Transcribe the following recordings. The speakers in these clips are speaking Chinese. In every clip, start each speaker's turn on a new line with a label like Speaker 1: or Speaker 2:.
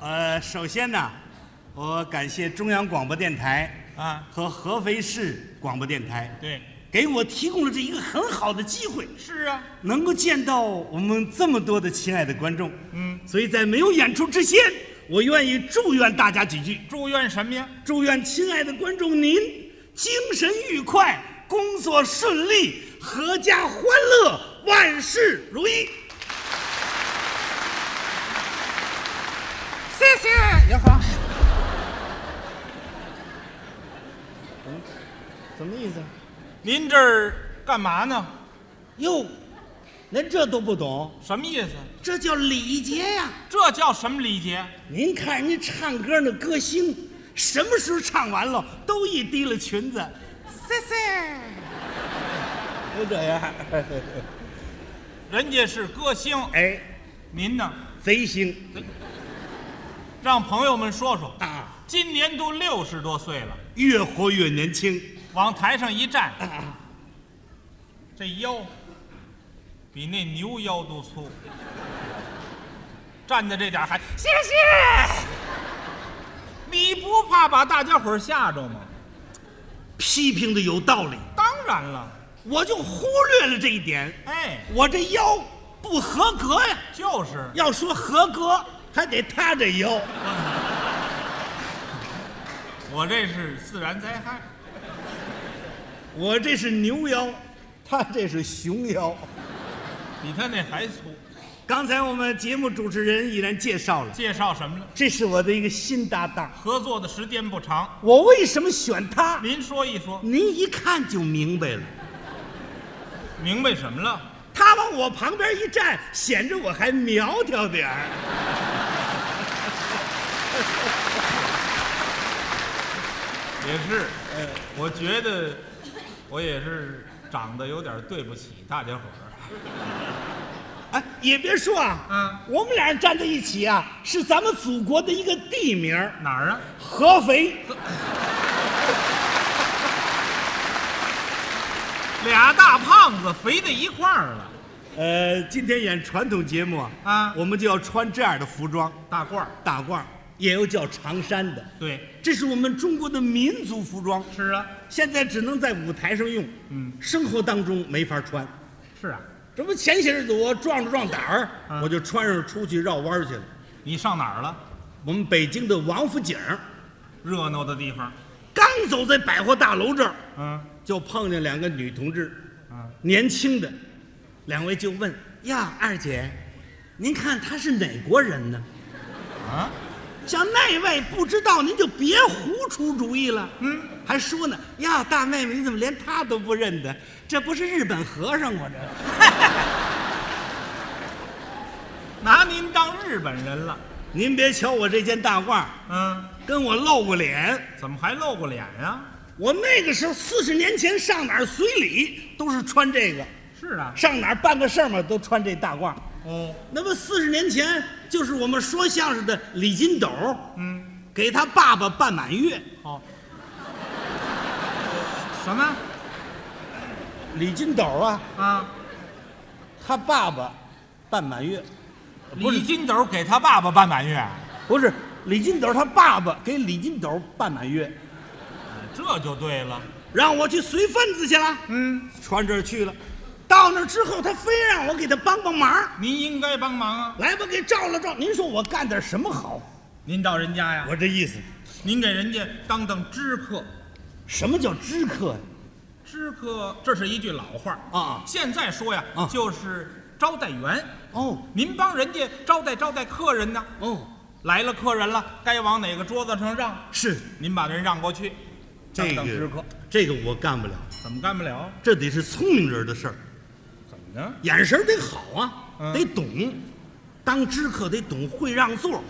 Speaker 1: 呃，首先呢，我感谢中央广播电台
Speaker 2: 啊，
Speaker 1: 和合肥市广播电台，
Speaker 2: 对，
Speaker 1: 给我提供了这一个很好的机会，
Speaker 2: 是啊，
Speaker 1: 能够见到我们这么多的亲爱的观众。
Speaker 2: 嗯，
Speaker 1: 所以在没有演出之前，我愿意祝愿大家几句，
Speaker 2: 祝愿什么呀？
Speaker 1: 祝愿亲爱的观众您精神愉快，工作顺利，阖家欢乐，万事如意。
Speaker 2: 谢谢。也好，
Speaker 1: 什么意思？
Speaker 2: 您这儿干嘛呢？
Speaker 1: 哟，连这都不懂，
Speaker 2: 什么意思？
Speaker 1: 这叫礼节呀、
Speaker 2: 这叫什么礼节？
Speaker 1: 您看人家唱歌那歌星，什么时候唱完了，都一提了裙子，
Speaker 2: 谢谢。
Speaker 1: 都这样。
Speaker 2: 人家是歌星，
Speaker 1: 哎，
Speaker 2: 您呢？
Speaker 1: 贼星
Speaker 2: 让朋友们说说，
Speaker 1: 啊，
Speaker 2: 今年都六十多岁了，
Speaker 1: 越活越年轻。
Speaker 2: 往台上一站，
Speaker 1: 啊，
Speaker 2: 这腰比那牛腰都粗，站在这点儿还谢谢。你不怕把大家伙儿吓着吗？
Speaker 1: 批评的有道理，
Speaker 2: 当然了，
Speaker 1: 我就忽略了这一点。
Speaker 2: 哎，
Speaker 1: 我这腰不合格呀，
Speaker 2: 就是
Speaker 1: 要说合格，还得他这腰。
Speaker 2: 我这是自然灾害，
Speaker 1: 我这是牛腰，他这是熊腰。
Speaker 2: 比他那还粗。
Speaker 1: 刚才我们节目主持人已然介绍了，
Speaker 2: 介绍什么了？
Speaker 1: 这是我的一个新搭档。
Speaker 2: 合作的时间不长，
Speaker 1: 我为什么选他？
Speaker 2: 您说一说，
Speaker 1: 您一看就明白了，
Speaker 2: 明白什么了？
Speaker 1: 他往我旁边一站，显着我还苗条点儿。
Speaker 2: 也是，呃我觉得我也是长得有点对不起大家伙儿。
Speaker 1: 哎，也别说啊，
Speaker 2: 啊，
Speaker 1: 我们俩人站在一起啊，是咱们祖国的一个地名儿
Speaker 2: 哪儿啊？
Speaker 1: ——合肥。
Speaker 2: 俩大胖子肥在一块儿了，
Speaker 1: 呃，今天演传统节目啊，
Speaker 2: 啊
Speaker 1: 我们就要穿这样的服装，
Speaker 2: 大褂儿。
Speaker 1: 大褂儿，也有叫长衫的，
Speaker 2: 对，
Speaker 1: 这是我们中国的民族服装，
Speaker 2: 是啊，
Speaker 1: 现在只能在舞台上用，
Speaker 2: 嗯，
Speaker 1: 生活当中没法穿。
Speaker 2: 是啊。
Speaker 1: 这不前些日子我壮着壮胆儿，
Speaker 2: 啊
Speaker 1: 我就穿上出去绕弯儿去了。
Speaker 2: 你上哪儿了？
Speaker 1: 我们北京的王府井，
Speaker 2: 热闹的地方。
Speaker 1: 刚走在百货大楼这儿，
Speaker 2: 嗯
Speaker 1: 就碰见两个女同志，
Speaker 2: 嗯，
Speaker 1: 年轻的，两位就问：“呀，二姐，您看他是哪国人呢？
Speaker 2: 啊，
Speaker 1: 像那位不知道，您就别胡出主意了。”
Speaker 2: 嗯，
Speaker 1: 还说呢：“呀，大妹妹，你怎么连他都不认得？这不是日本和尚吗？这
Speaker 2: 拿您当日本人了。
Speaker 1: 您别瞧我这件大褂，
Speaker 2: 嗯，
Speaker 1: 跟我露过脸。
Speaker 2: 怎么还露过脸啊呀、
Speaker 1: 我那个时候四十年前上哪儿随礼都是穿这个，
Speaker 2: 是啊。
Speaker 1: 上哪儿办个事儿嘛都穿这大褂。”
Speaker 2: 哦，
Speaker 1: 那么四十年前，就是我们说相声的李金斗，
Speaker 2: 嗯，
Speaker 1: 给他爸爸办满月。
Speaker 2: 哦。什么
Speaker 1: 李金斗啊，
Speaker 2: 啊？
Speaker 1: 他爸爸办满月，不是
Speaker 2: 李金斗给他爸爸办满月，
Speaker 1: 不是李金斗他爸爸给李金斗办满月，
Speaker 2: 这就对了。
Speaker 1: 让我去随份子去了，
Speaker 2: 嗯，
Speaker 1: 传这儿去了。到那儿之后，他非让我给他帮帮忙，
Speaker 2: 您应该帮忙啊。
Speaker 1: 来吧，给照了照。您说我干点什么好？
Speaker 2: 您到人家呀，
Speaker 1: 我这意思，
Speaker 2: 您给人家当当知客。
Speaker 1: 什么叫知客呀？
Speaker 2: 知客，这是一句老话儿
Speaker 1: 啊
Speaker 2: 现在说呀，
Speaker 1: 啊
Speaker 2: 就是招待员。
Speaker 1: 哦
Speaker 2: 您帮人家招待招待客人呢。
Speaker 1: 哦，
Speaker 2: 来了客人了，该往哪个桌子上让，
Speaker 1: 是
Speaker 2: 您把人让过去。
Speaker 1: 这
Speaker 2: 当当知
Speaker 1: 个
Speaker 2: 客，
Speaker 1: 这个我干不了，
Speaker 2: 怎么干不了？
Speaker 1: 这得是聪明人的事儿。
Speaker 2: 怎么呢？
Speaker 1: 眼神儿得好啊，
Speaker 2: 嗯
Speaker 1: 得懂，当知客得懂会让座。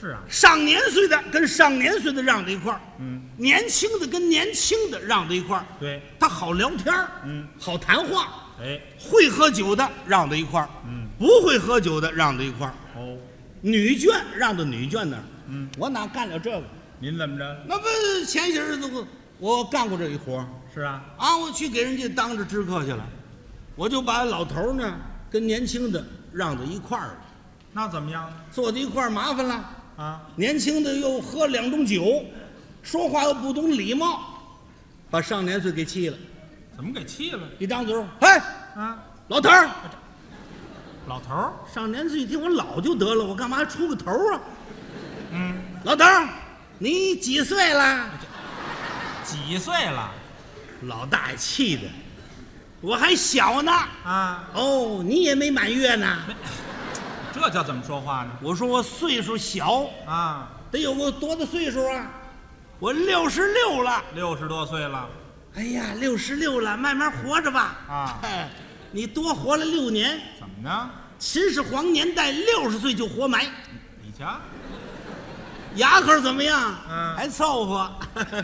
Speaker 2: 是啊，
Speaker 1: 上年岁的跟上年岁的让在一块儿，
Speaker 2: 嗯，
Speaker 1: 年轻的跟年轻的让在一块儿，
Speaker 2: 对，
Speaker 1: 他好聊天儿
Speaker 2: 嗯，
Speaker 1: 好谈话，
Speaker 2: 哎，
Speaker 1: 会喝酒的让在一块儿，
Speaker 2: 嗯，
Speaker 1: 不会喝酒的让在一块儿，
Speaker 2: 哦，
Speaker 1: 女眷让到女眷那儿，
Speaker 2: 嗯，
Speaker 1: 我哪干了这个？
Speaker 2: 您怎么着？
Speaker 1: 那不前些日子我我干过这一活儿
Speaker 2: 是啊，
Speaker 1: 啊，我去给人家当着知客去了，我就把老头儿呢跟年轻的让到一块儿了。
Speaker 2: 那怎么样？
Speaker 1: 坐在一块儿麻烦了，
Speaker 2: 啊，
Speaker 1: 年轻的又喝两盅酒，说话又不懂礼貌，把上年岁给气了。
Speaker 2: 怎么给气了？
Speaker 1: 一张嘴说：“哎，
Speaker 2: 啊，
Speaker 1: 老头儿，
Speaker 2: 老头儿，
Speaker 1: 上年岁一听我老就得了，我干嘛还出个头啊？
Speaker 2: 嗯，
Speaker 1: 老头儿，你几岁了
Speaker 2: 几岁了？？”
Speaker 1: 老大爷气的，我还小呢。
Speaker 2: 啊，
Speaker 1: 哦，你也没满月呢。
Speaker 2: 这叫怎么说话呢？
Speaker 1: 我说我岁数小，
Speaker 2: 啊，
Speaker 1: 得有个多大岁数啊？我六十六了。
Speaker 2: 六十多岁了，
Speaker 1: 哎呀，六十六了，慢慢活着吧。
Speaker 2: 啊
Speaker 1: 哎，你多活了六年。
Speaker 2: 怎么呢？
Speaker 1: 秦始皇年代六十岁就活埋，
Speaker 2: 你瞧，
Speaker 1: 牙口怎么样？
Speaker 2: 嗯
Speaker 1: 还凑合。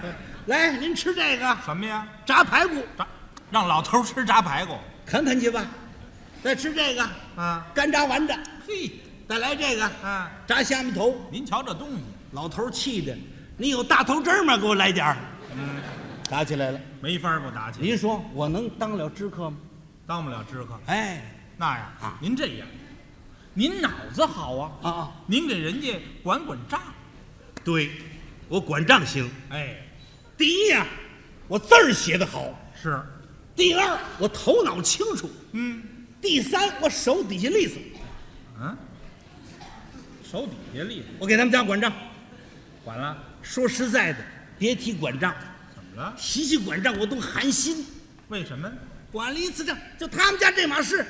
Speaker 1: 来，您吃这个
Speaker 2: 什么呀？
Speaker 1: 炸排骨，
Speaker 2: 炸，让老头儿吃炸排骨。
Speaker 1: 啃啃去吧。再吃这个
Speaker 2: 啊，
Speaker 1: 干炸丸子，
Speaker 2: 嘿，
Speaker 1: 再来这个
Speaker 2: 啊，
Speaker 1: 炸虾米头。
Speaker 2: 您瞧这东西，
Speaker 1: 老头儿气的，你有大头针儿吗？给我来点儿。
Speaker 2: 嗯，
Speaker 1: 打起来了。
Speaker 2: 没法不打起，
Speaker 1: 您说我能当了知客吗？
Speaker 2: 当不了知客。
Speaker 1: 哎，
Speaker 2: 那呀，
Speaker 1: 啊
Speaker 2: 您这样，您脑子好啊，
Speaker 1: 啊啊，
Speaker 2: 您给人家管管账。
Speaker 1: 对，我管账行。
Speaker 2: 哎，
Speaker 1: 第一呀、我字儿写得好；
Speaker 2: 是，
Speaker 1: 第二，我头脑清楚；
Speaker 2: 嗯
Speaker 1: 第三，我手底下利索。
Speaker 2: 嗯，手底下厉害，
Speaker 1: 我给他们家管账。
Speaker 2: 管了，
Speaker 1: 说实在的，别提管账，
Speaker 2: 怎么了？
Speaker 1: 提起管账我都寒心。
Speaker 2: 为什么？
Speaker 1: 管了一次账，就他们家这码事，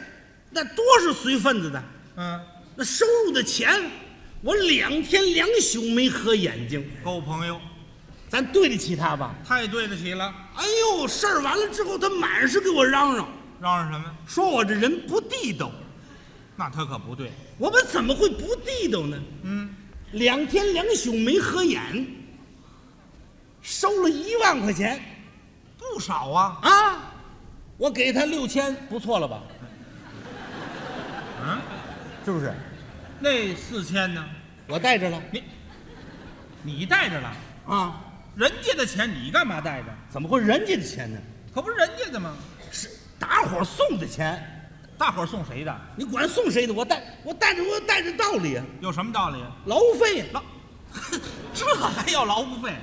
Speaker 1: 那多是随份子的。
Speaker 2: 嗯，
Speaker 1: 那收入的钱，我两天两宿没合眼睛。
Speaker 2: 够朋友，
Speaker 1: 咱对得起他吧？
Speaker 2: 太对得起了。
Speaker 1: 哎呦，事儿完了之后，他满是给我嚷嚷，
Speaker 2: 嚷嚷什么？
Speaker 1: 说我这人不地道。
Speaker 2: 那他可不对。
Speaker 1: 我们怎么会不地道呢？
Speaker 2: 嗯，
Speaker 1: 两天两宿没合眼，收了一万块钱
Speaker 2: 不少啊。
Speaker 1: 啊！我给他六千，不错了吧？
Speaker 2: 嗯，
Speaker 1: 是不是？
Speaker 2: 那四千呢？
Speaker 1: 我带着了
Speaker 2: 你带着了，
Speaker 1: 啊？
Speaker 2: 人家的钱你干嘛带着？
Speaker 1: 怎么会人家的钱呢？
Speaker 2: 可不是人家的吗？
Speaker 1: 是打伙送的钱，
Speaker 2: 大伙儿送谁的？
Speaker 1: 你管送谁的？我带我带着我带着道理啊，
Speaker 2: 有什么道理？
Speaker 1: 劳务费啊。
Speaker 2: 劳，这还要劳务费？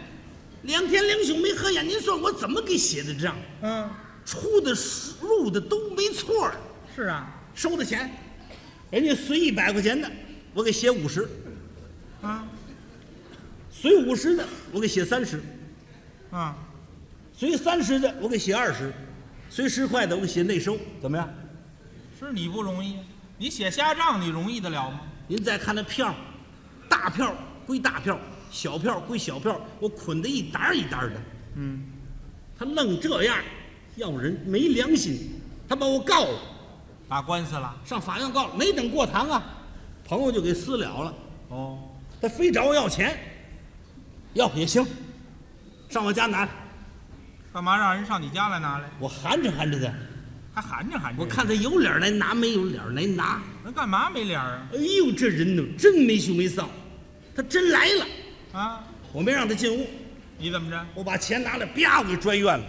Speaker 1: 两天两宿没合眼，您算我怎么给写的账？
Speaker 2: 嗯，
Speaker 1: 出的输入的都没错儿，
Speaker 2: 是啊，
Speaker 1: 收的钱，人家随一百块钱的，我给写五十；
Speaker 2: 啊，
Speaker 1: 随五十的，我给写三十；
Speaker 2: 啊，
Speaker 1: 随三十的，我给写二十；随十块的，我给写内收。怎么样？
Speaker 2: 是你不容易，你写瞎账你容易得了吗？
Speaker 1: 您再看那票，大票归大票，小票归小票，我捆得一沓儿一沓儿的。
Speaker 2: 嗯，
Speaker 1: 他愣这样，要人没良心，他把我告了。
Speaker 2: 打官司了。
Speaker 1: 上法院告了，没等过堂啊，朋友就给私了了。
Speaker 2: 哦，
Speaker 1: 他非找我要钱，要也行，上我家拿来。
Speaker 2: 干嘛让人上你家来拿来？
Speaker 1: 我含着含着他，
Speaker 2: 还含着含着。
Speaker 1: 我看他有脸来拿，没有脸来拿。
Speaker 2: 那干嘛没脸儿
Speaker 1: 哎呦，这人呢，真没羞没臊，他真来了。
Speaker 2: 啊？啊，
Speaker 1: 我没让他进屋，
Speaker 2: 你怎么着？
Speaker 1: 我把钱拿来，啪，我给拽院了。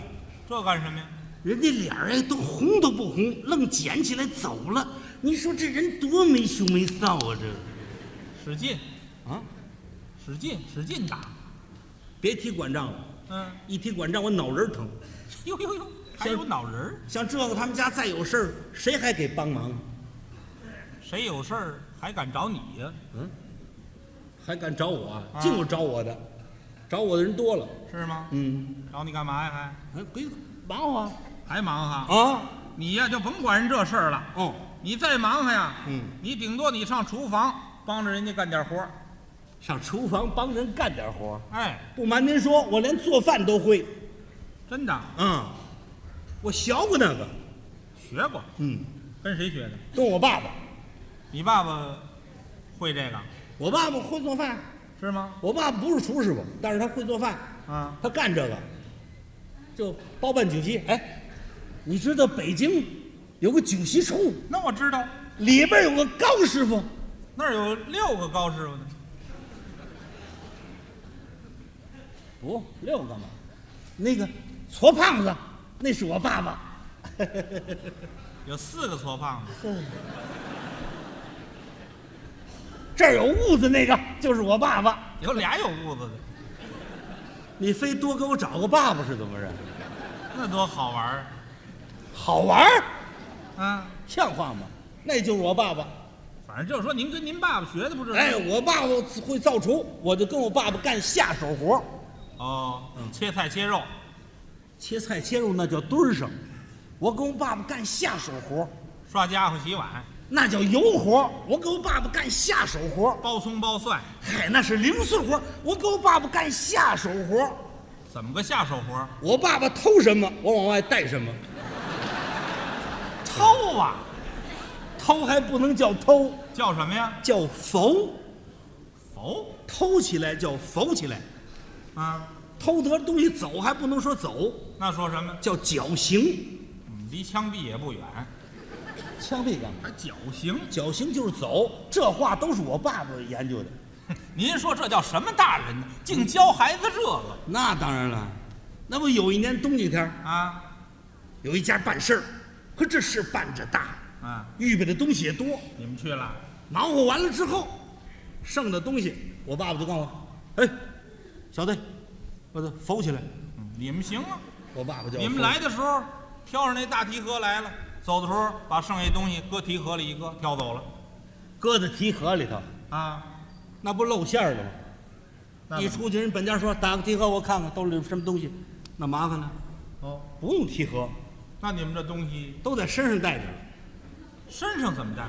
Speaker 2: 这干什么呀？
Speaker 1: 人家脸儿哎都红都不红，愣捡起来走了。你说这人多没羞没臊啊！这
Speaker 2: 使劲，
Speaker 1: 啊，
Speaker 2: 使劲，使劲打。
Speaker 1: 别提管账了，
Speaker 2: 嗯，
Speaker 1: 一提管账我脑仁儿疼。
Speaker 2: 呦呦呦，还有脑仁儿，
Speaker 1: 像这个他们家再有事儿，谁还给帮忙啊？
Speaker 2: 谁有事儿还敢找你呀？
Speaker 1: 还敢找我啊？
Speaker 2: 啊
Speaker 1: 净有找我的，找我的人多了。
Speaker 2: 是吗？
Speaker 1: 嗯，
Speaker 2: 找你干嘛呀？
Speaker 1: 哎，别忙活啊！
Speaker 2: 还还忙哈？
Speaker 1: 啊，
Speaker 2: 你呀就甭管人这事儿了。
Speaker 1: 哦，
Speaker 2: 你再忙活呀，
Speaker 1: 嗯
Speaker 2: 你顶多你上厨房帮着人家干点活儿。
Speaker 1: 上厨房帮人干点活儿。
Speaker 2: 哎，
Speaker 1: 不瞒您说，我连做饭都会。
Speaker 2: 真的
Speaker 1: 啊，我学过那个。
Speaker 2: 学过，
Speaker 1: 嗯，
Speaker 2: 跟谁学的？
Speaker 1: 跟我爸爸，
Speaker 2: 你爸爸会这个
Speaker 1: 我爸爸会做饭。
Speaker 2: 是吗？
Speaker 1: 我爸爸不是厨师傅，但是他会做饭，
Speaker 2: 啊，
Speaker 1: 他干这个，就包办酒席。哎，你知道北京有个酒席处，
Speaker 2: 那我知道
Speaker 1: 里边有个高师傅。
Speaker 2: 那儿有六个高师傅呢。
Speaker 1: 不，六个嘛。那个矬胖子，那是我爸爸。
Speaker 2: 有四个矬胖子，
Speaker 1: 这儿有痦子那个就是我爸爸。
Speaker 2: 有俩有痦子的，
Speaker 1: 你非多给我找个爸爸是怎么着？
Speaker 2: 那多好玩儿
Speaker 1: 好玩儿，
Speaker 2: 啊！
Speaker 1: 像话吗？那就是我爸爸。
Speaker 2: 反正就是说，您跟您爸爸学的不是？
Speaker 1: 哎，我爸爸会造厨，我就跟我爸爸干下手活儿，
Speaker 2: 哦，切菜切肉，
Speaker 1: 切菜切肉那叫墩儿上。我跟我爸爸干下手活儿，
Speaker 2: 刷家伙、洗碗、
Speaker 1: 那叫油活儿。我给我爸爸干下手活儿，
Speaker 2: 包葱包蒜，
Speaker 1: 嗨，那是零碎活儿。我给我爸爸干下手活儿，
Speaker 2: 怎么个下手活儿？
Speaker 1: 我爸爸偷什么，我往外带什么。
Speaker 2: 偷啊，
Speaker 1: 偷还不能叫偷，
Speaker 2: 叫什么呀？
Speaker 1: 叫缝。
Speaker 2: 否
Speaker 1: 偷起来叫缝起来，
Speaker 2: 啊？
Speaker 1: 偷得东西走还不能说走，
Speaker 2: 那说什么？
Speaker 1: 叫绞刑。
Speaker 2: 嗯离枪毙也不远，
Speaker 1: 枪毙干嘛？
Speaker 2: 还绞刑？
Speaker 1: 绞刑就是走，这话都是我爸爸研究的。
Speaker 2: 您说这叫什么大人呢？竟教孩子这个
Speaker 1: 那当然了，那不有一年冬景天儿，
Speaker 2: 啊
Speaker 1: 有一家办事儿，可这事办着大，
Speaker 2: 啊！
Speaker 1: 预备的东西也多。
Speaker 2: 你们去了，
Speaker 1: 忙活完了之后，剩的东西，我爸爸就告诉我：“哎，小子，把它缝起来。
Speaker 2: 嗯你们行啊？”
Speaker 1: 我爸爸叫我
Speaker 2: 你们
Speaker 1: 缝
Speaker 2: 来的时候挑上那大提盒来了，走的时候把剩下东西搁提盒里一搁，挑走了
Speaker 1: 搁在提盒里头，
Speaker 2: 啊。
Speaker 1: 那不露馅儿了吗？
Speaker 2: 那
Speaker 1: 一
Speaker 2: 怎么
Speaker 1: 出去，人本家说打个提盒，我看看兜里有什么东西，那麻烦了。
Speaker 2: 哦，
Speaker 1: 不用提盒，
Speaker 2: 那你们这东西
Speaker 1: 都在身上带着。
Speaker 2: 身上怎么带？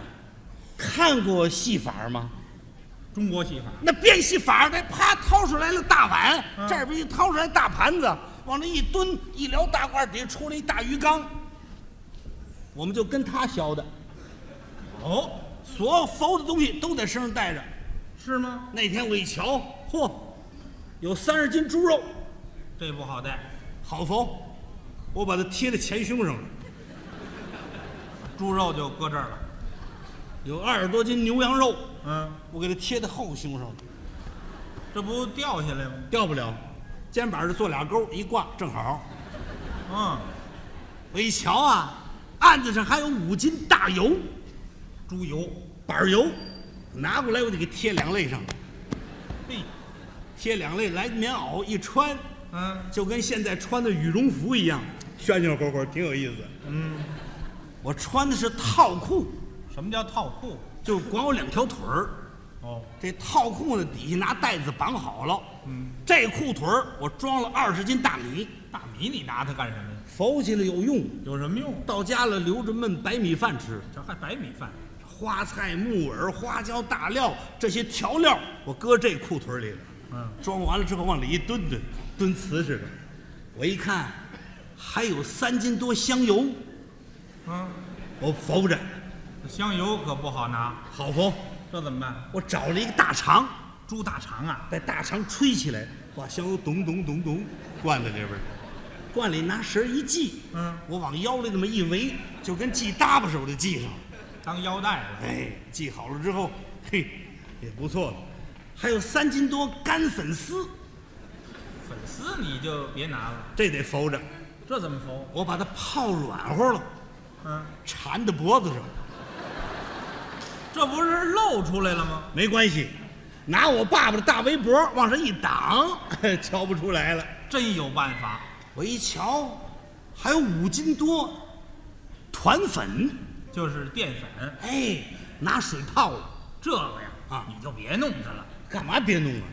Speaker 1: 看过戏法吗？
Speaker 2: 中国戏法
Speaker 1: 那变戏法的，啪掏出来了大碗，
Speaker 2: 嗯
Speaker 1: 这儿边一掏出来大盘子，往那一蹲，一撩大褂底下出来一大鱼缸。我们就跟他学的，
Speaker 2: 哦，
Speaker 1: 所有浮的东西都在身上带着。
Speaker 2: 是吗？
Speaker 1: 那天我一瞧，嚯，有三十斤猪肉，
Speaker 2: 这不好带，
Speaker 1: 好浮，我把它贴在前胸上了。
Speaker 2: 猪肉就搁这儿了。
Speaker 1: 有二十多斤牛羊肉，
Speaker 2: 嗯，
Speaker 1: 我给它贴在后胸上，
Speaker 2: 这不掉下来吗？
Speaker 1: 掉不了，肩膀这做俩钩，一挂正好。
Speaker 2: 嗯，
Speaker 1: 我一瞧啊，案子上还有五斤大油，
Speaker 2: 猪油。
Speaker 1: 板儿油，拿过来我就给贴两肋上，
Speaker 2: 嘿，
Speaker 1: 贴两肋来棉袄一穿，
Speaker 2: 嗯
Speaker 1: 就跟现在穿的羽绒服一样，暄暄乎乎，挺有意思。
Speaker 2: 嗯，
Speaker 1: 我穿的是套裤，
Speaker 2: 什么叫套裤？
Speaker 1: 就光有两条腿儿，
Speaker 2: 哦，
Speaker 1: 这套裤呢底下拿带子绑好了，
Speaker 2: 嗯，
Speaker 1: 这裤腿儿我装了二十斤大米，
Speaker 2: 大米你拿它干什么呀？
Speaker 1: 缝起来有用，
Speaker 2: 有什么用？
Speaker 1: 到家了留着焖白米饭吃。
Speaker 2: 这还白米饭。
Speaker 1: 花菜、木耳、花椒、大料这些调料，我搁这裤腿里了。
Speaker 2: 嗯，
Speaker 1: 装完了之后往里一蹲蹲，蹲瓷实的。我一看，还有三斤多香油，
Speaker 2: 嗯，
Speaker 1: 我缝着，
Speaker 2: 这香油可不好拿，
Speaker 1: 好缝。
Speaker 2: 这怎么办？
Speaker 1: 我找了一个大肠，
Speaker 2: 猪大肠啊，
Speaker 1: 把大肠吹起来，把香油咚咚咚咚灌在里边儿，灌里拿绳儿一系，
Speaker 2: 嗯，
Speaker 1: 我往腰里那么一围，就跟系搭把手的系上了。
Speaker 2: 当腰带了。
Speaker 1: 哎，系好了之后，嘿，也不错了。还有三斤多干粉丝，
Speaker 2: 粉丝你就别拿了，
Speaker 1: 这得缝着。
Speaker 2: 这怎么缝？
Speaker 1: 我把它泡软和了，
Speaker 2: 嗯，
Speaker 1: 缠在脖子上，
Speaker 2: 这不是露出来了吗？
Speaker 1: 没关系。拿我爸爸的大围脖往上一挡， 瞧不出来了。
Speaker 2: 真有办法。
Speaker 1: 我一瞧，还有五斤多团粉，
Speaker 2: 就是淀粉，
Speaker 1: 哎，拿水泡了。
Speaker 2: 这个呀，
Speaker 1: 啊
Speaker 2: 你就别弄它了。
Speaker 1: 干嘛别弄啊？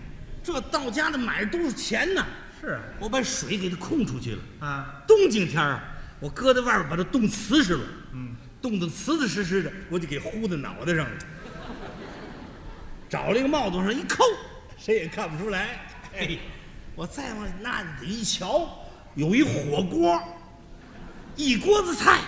Speaker 1: 这到家的买的都是钱呢。
Speaker 2: 是
Speaker 1: 我把水给它控出去了。
Speaker 2: 啊，啊，
Speaker 1: 冬景天儿啊，我搁在外边把它冻瓷实了，
Speaker 2: 嗯，
Speaker 1: 冻得瓷瓷实实的，我就给糊在脑袋上了。找了一个帽子往上一扣，谁也看不出来。
Speaker 2: 嘿，
Speaker 1: 我再往那里一瞧，有一火锅，一锅子菜，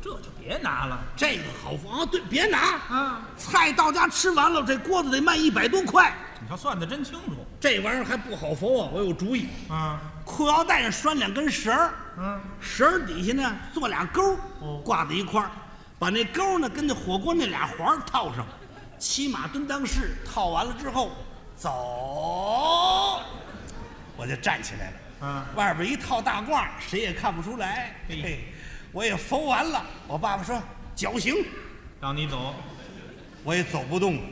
Speaker 2: 这就别拿了
Speaker 1: 这个好啊！对，别拿，
Speaker 2: 啊。
Speaker 1: 菜到家吃完了，这锅子得卖一百多块，
Speaker 2: 你瞧算得真清楚
Speaker 1: 这玩意儿还不好缝啊！我有主意，
Speaker 2: 啊，
Speaker 1: 裤腰带上拴两根绳儿，
Speaker 2: 嗯，
Speaker 1: 绳儿底下呢做俩钩儿
Speaker 2: 哦，
Speaker 1: 挂在一块儿，把那钩儿呢跟那火锅那俩环儿套上，骑马蹲裆式套完了之后，走，我就站起来了。
Speaker 2: 嗯
Speaker 1: 外边一套大褂儿，谁也看不出来。
Speaker 2: 嘿
Speaker 1: 嘿，我也缝完了。我爸爸说绞刑，
Speaker 2: 让你走，
Speaker 1: 我也走不动了。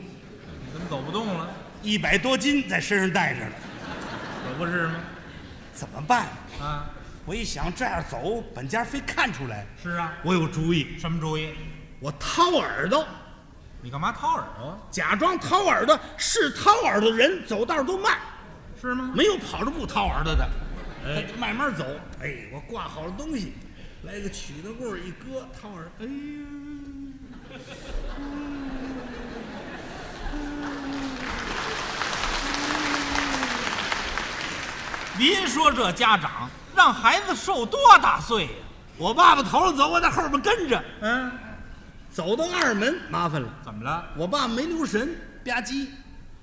Speaker 2: 怎么走不动了？
Speaker 1: 一百多斤在身上带着呢，
Speaker 2: 可不是吗？
Speaker 1: 怎么办？
Speaker 2: 啊，
Speaker 1: 我一想这样走，本家非看出来。
Speaker 2: 是啊，
Speaker 1: 我有主意，
Speaker 2: 什么主意？
Speaker 1: 我掏耳朵，
Speaker 2: 你干嘛掏耳朵啊？
Speaker 1: 假装掏耳朵，是掏耳朵的人走道都慢，
Speaker 2: 是吗？
Speaker 1: 没有跑着不掏耳朵的，
Speaker 2: 哎
Speaker 1: 他慢慢走。哎，我挂好了东西，来个曲子棍儿一搁，掏耳朵，哎呦。
Speaker 2: 您说这家长让孩子受多大罪呀、
Speaker 1: 我爸爸头上走，我在后边跟着，
Speaker 2: 嗯，
Speaker 1: 走到二门麻烦了。
Speaker 2: 怎么了？
Speaker 1: 我爸没留神，吧唧，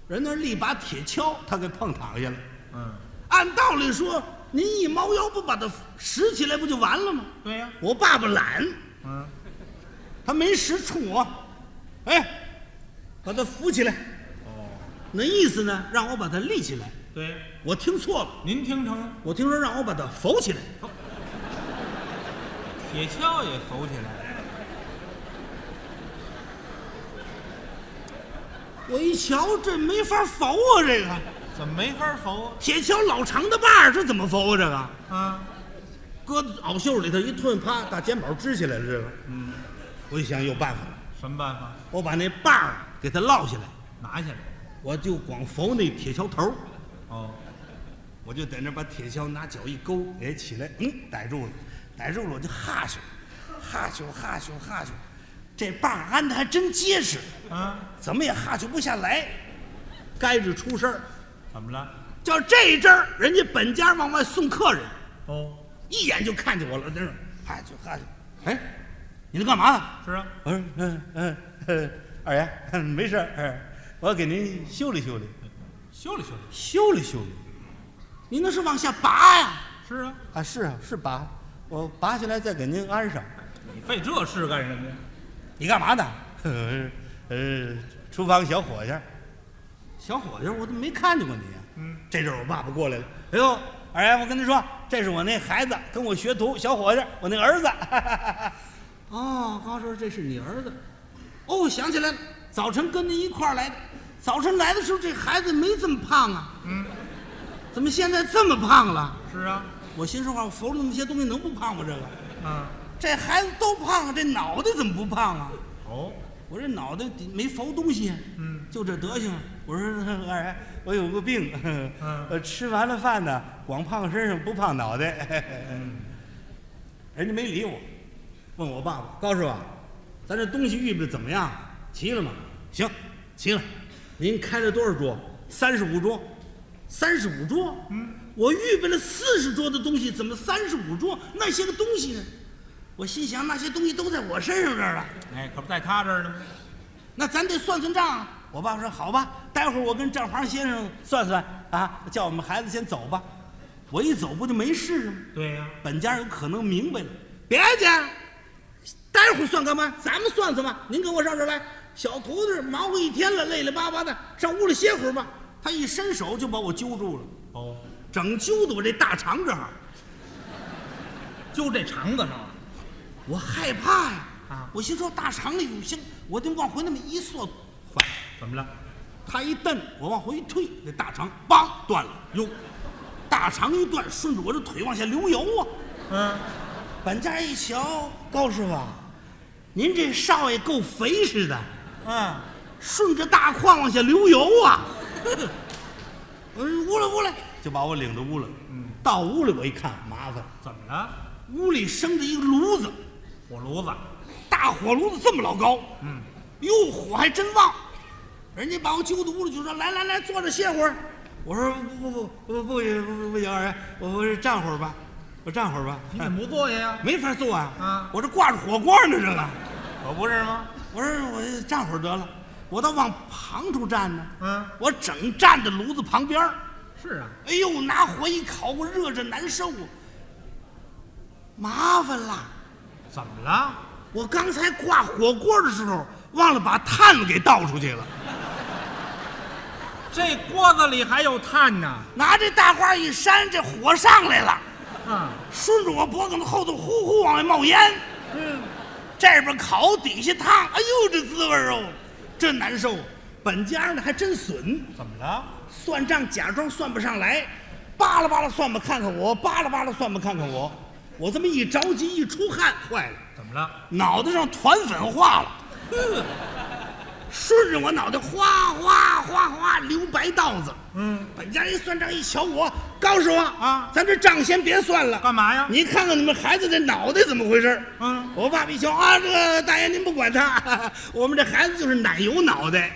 Speaker 1: 人那儿立把铁锹，他给碰躺下了。
Speaker 2: 嗯，
Speaker 1: 按道理说，您一猫腰不把它拾起来不就完了吗？
Speaker 2: 对呀、
Speaker 1: 我爸爸懒，
Speaker 2: 嗯，
Speaker 1: 他没拾，冲我，哎，把它扶起来，
Speaker 2: 哦，
Speaker 1: 那意思呢，让我把它立起来。
Speaker 2: 对，
Speaker 1: 我听错了，
Speaker 2: 您听成
Speaker 1: 我听说让我把它扶起来，
Speaker 2: 铁锹也浮起来了，
Speaker 1: 我一瞧这没法扶啊，这个
Speaker 2: 怎么没法浮
Speaker 1: 铁锹老长的把儿，这怎么扶啊？这个。
Speaker 2: 啊？啊，
Speaker 1: 搁袄袖里头一吞，啪，大肩膀支起来了。这个，
Speaker 2: 嗯，
Speaker 1: 我一想有办法了，
Speaker 2: 什么办法？
Speaker 1: 我把那把儿给它落下来，
Speaker 2: 拿下来。
Speaker 1: 我就光扶那铁锹头儿，
Speaker 2: 哦，
Speaker 1: 我就在那儿把铁锹拿脚一勾，哎，起来，嗯，逮住了，逮住了，我就哈咻，哈咻哈咻哈咻，这把儿安的还真结实，
Speaker 2: 啊，
Speaker 1: 怎么也哈咻不下来，该着出事儿。
Speaker 2: 怎么了？
Speaker 1: 就这一阵儿，人家本家往外送客人，
Speaker 2: 哦，
Speaker 1: 一眼就看见我了，在那儿哈咻哈咻，哎，你那干嘛呢？
Speaker 2: 是啊，
Speaker 1: 我说嗯嗯嗯，二爷 嗯没事儿，嗯我给您修理修理，
Speaker 2: 修理修理。
Speaker 1: 修理修理。您那是往下拔呀？
Speaker 2: 是啊，
Speaker 1: 啊，是啊，是拔，我拔下来再给您安上。
Speaker 2: 你费这事干什么呀？
Speaker 1: 你干嘛呢？ 呃，呃厨房小伙计儿。小伙计儿，我怎么没看见过你啊？
Speaker 2: 嗯，
Speaker 1: 这阵儿我爸爸过来了，哎呦，二爷，我跟您说，这是我那孩子跟我学徒小伙计儿，我那儿子。 哦，高叔，这是你儿子。哦，想起来了，早晨跟您一块儿来的。早晨来的时候，这孩子没这么胖啊。
Speaker 2: 嗯，
Speaker 1: 怎么现在这么胖了？
Speaker 2: 是啊，
Speaker 1: 我心说话，我缝了那么些东西，能不胖吗？这个，
Speaker 2: 啊，
Speaker 1: 这孩子都胖，这脑袋怎么不胖啊？
Speaker 2: 哦，
Speaker 1: 我这脑袋没缝东西，
Speaker 2: 嗯，
Speaker 1: 就这德行。我说二爷，我有个病，
Speaker 2: 嗯
Speaker 1: 呃，吃完了饭呢，光胖身上不胖脑袋。
Speaker 2: 嗯
Speaker 1: 人家没理我，问我爸爸高师傅，咱这东西预备得怎么样？齐了吗？行，齐了。您开了多少桌？三十五桌，三十五桌。嗯，我预备了四十桌的东西，怎么三十五桌那些个东西呢？我心想那些东西都在我身上这儿了。
Speaker 2: 哎，可不在他这儿呢吗？
Speaker 1: 那咱得算算账啊。我爸说好吧，待会儿我跟账房先生算算啊，叫我们孩子先走吧。我一走不就没事了吗？
Speaker 2: 对呀、
Speaker 1: 本家有可能明白了，别介，待会儿算干嘛？咱们算算吧。您跟我上这儿来，小徒弟忙活一天了，累累巴巴的，上屋里歇会儿吧。他一伸手就把我揪住了，
Speaker 2: 哦，
Speaker 1: 整揪的我这大肠这儿，
Speaker 2: 就这肠子上了。
Speaker 1: 我害怕呀、
Speaker 2: 啊
Speaker 1: 我心说大肠里有腥，我就往回那么一缩，坏了。
Speaker 2: 怎么了？
Speaker 1: 他一蹬，我往回一退，那大肠梆断了。哟，大肠一断，顺着我这腿往下流油啊！
Speaker 2: 嗯，
Speaker 1: 本家一瞧，高师傅，啊您这少爷够肥实的，
Speaker 2: 嗯，
Speaker 1: 顺着大胯往下流油 啊！我说屋来屋来，就把我领到屋里。
Speaker 2: 嗯，
Speaker 1: 到屋里我一看，麻烦了，
Speaker 2: 怎么了？
Speaker 1: 屋里生着一个炉子，
Speaker 2: 火炉子。
Speaker 1: 大火炉子这么老高，
Speaker 2: 嗯，
Speaker 1: 哟，火还真旺。人家把我揪到屋里就说：“来来来，坐着歇会儿。”我说：“不不不不不行不不不行，二爷，我我站会儿吧，我站会儿吧。
Speaker 2: 你怎么不坐下呀？
Speaker 1: 没法坐啊，
Speaker 2: 啊
Speaker 1: 我这挂着火罐呢，这个。
Speaker 2: 可不是吗？
Speaker 1: 我说我站会儿得了，我倒往旁处站呢。
Speaker 2: 嗯
Speaker 1: 我整站在炉子旁边儿
Speaker 2: 是啊，
Speaker 1: 哎呦，拿火一烤，我热着难受啊，麻烦了。
Speaker 2: 怎么了？
Speaker 1: 我刚才挂火锅的时候，忘了把炭给倒出去了。
Speaker 2: 这锅子里还有炭呢。
Speaker 1: 拿这大花一扇，这火上来了，
Speaker 2: 嗯，
Speaker 1: 顺着我脖梗子后头呼呼往外冒烟，
Speaker 2: 嗯，
Speaker 1: 这边烤，底下烫，哎呦这滋味儿哦，真难受！本家人的还真损，
Speaker 2: 怎么了？
Speaker 1: 算账假装算不上来，扒拉扒拉算吧，看看我，扒拉扒拉算吧，看看我。我这么一着急一出汗，坏了，
Speaker 2: 怎么了？
Speaker 1: 脑袋上团粉化了，嗯顺着我脑袋哗哗哗哗流白道子。
Speaker 2: 嗯，
Speaker 1: 本家人一算账一瞧我，高师傅
Speaker 2: 啊
Speaker 1: 咱这账先别算了，
Speaker 2: 干嘛呀？
Speaker 1: 你看看你们孩子这脑袋怎么回事儿？
Speaker 2: 嗯
Speaker 1: 我爸爸一瞧啊，这个大爷您不管他，我们这孩子就是奶油脑袋。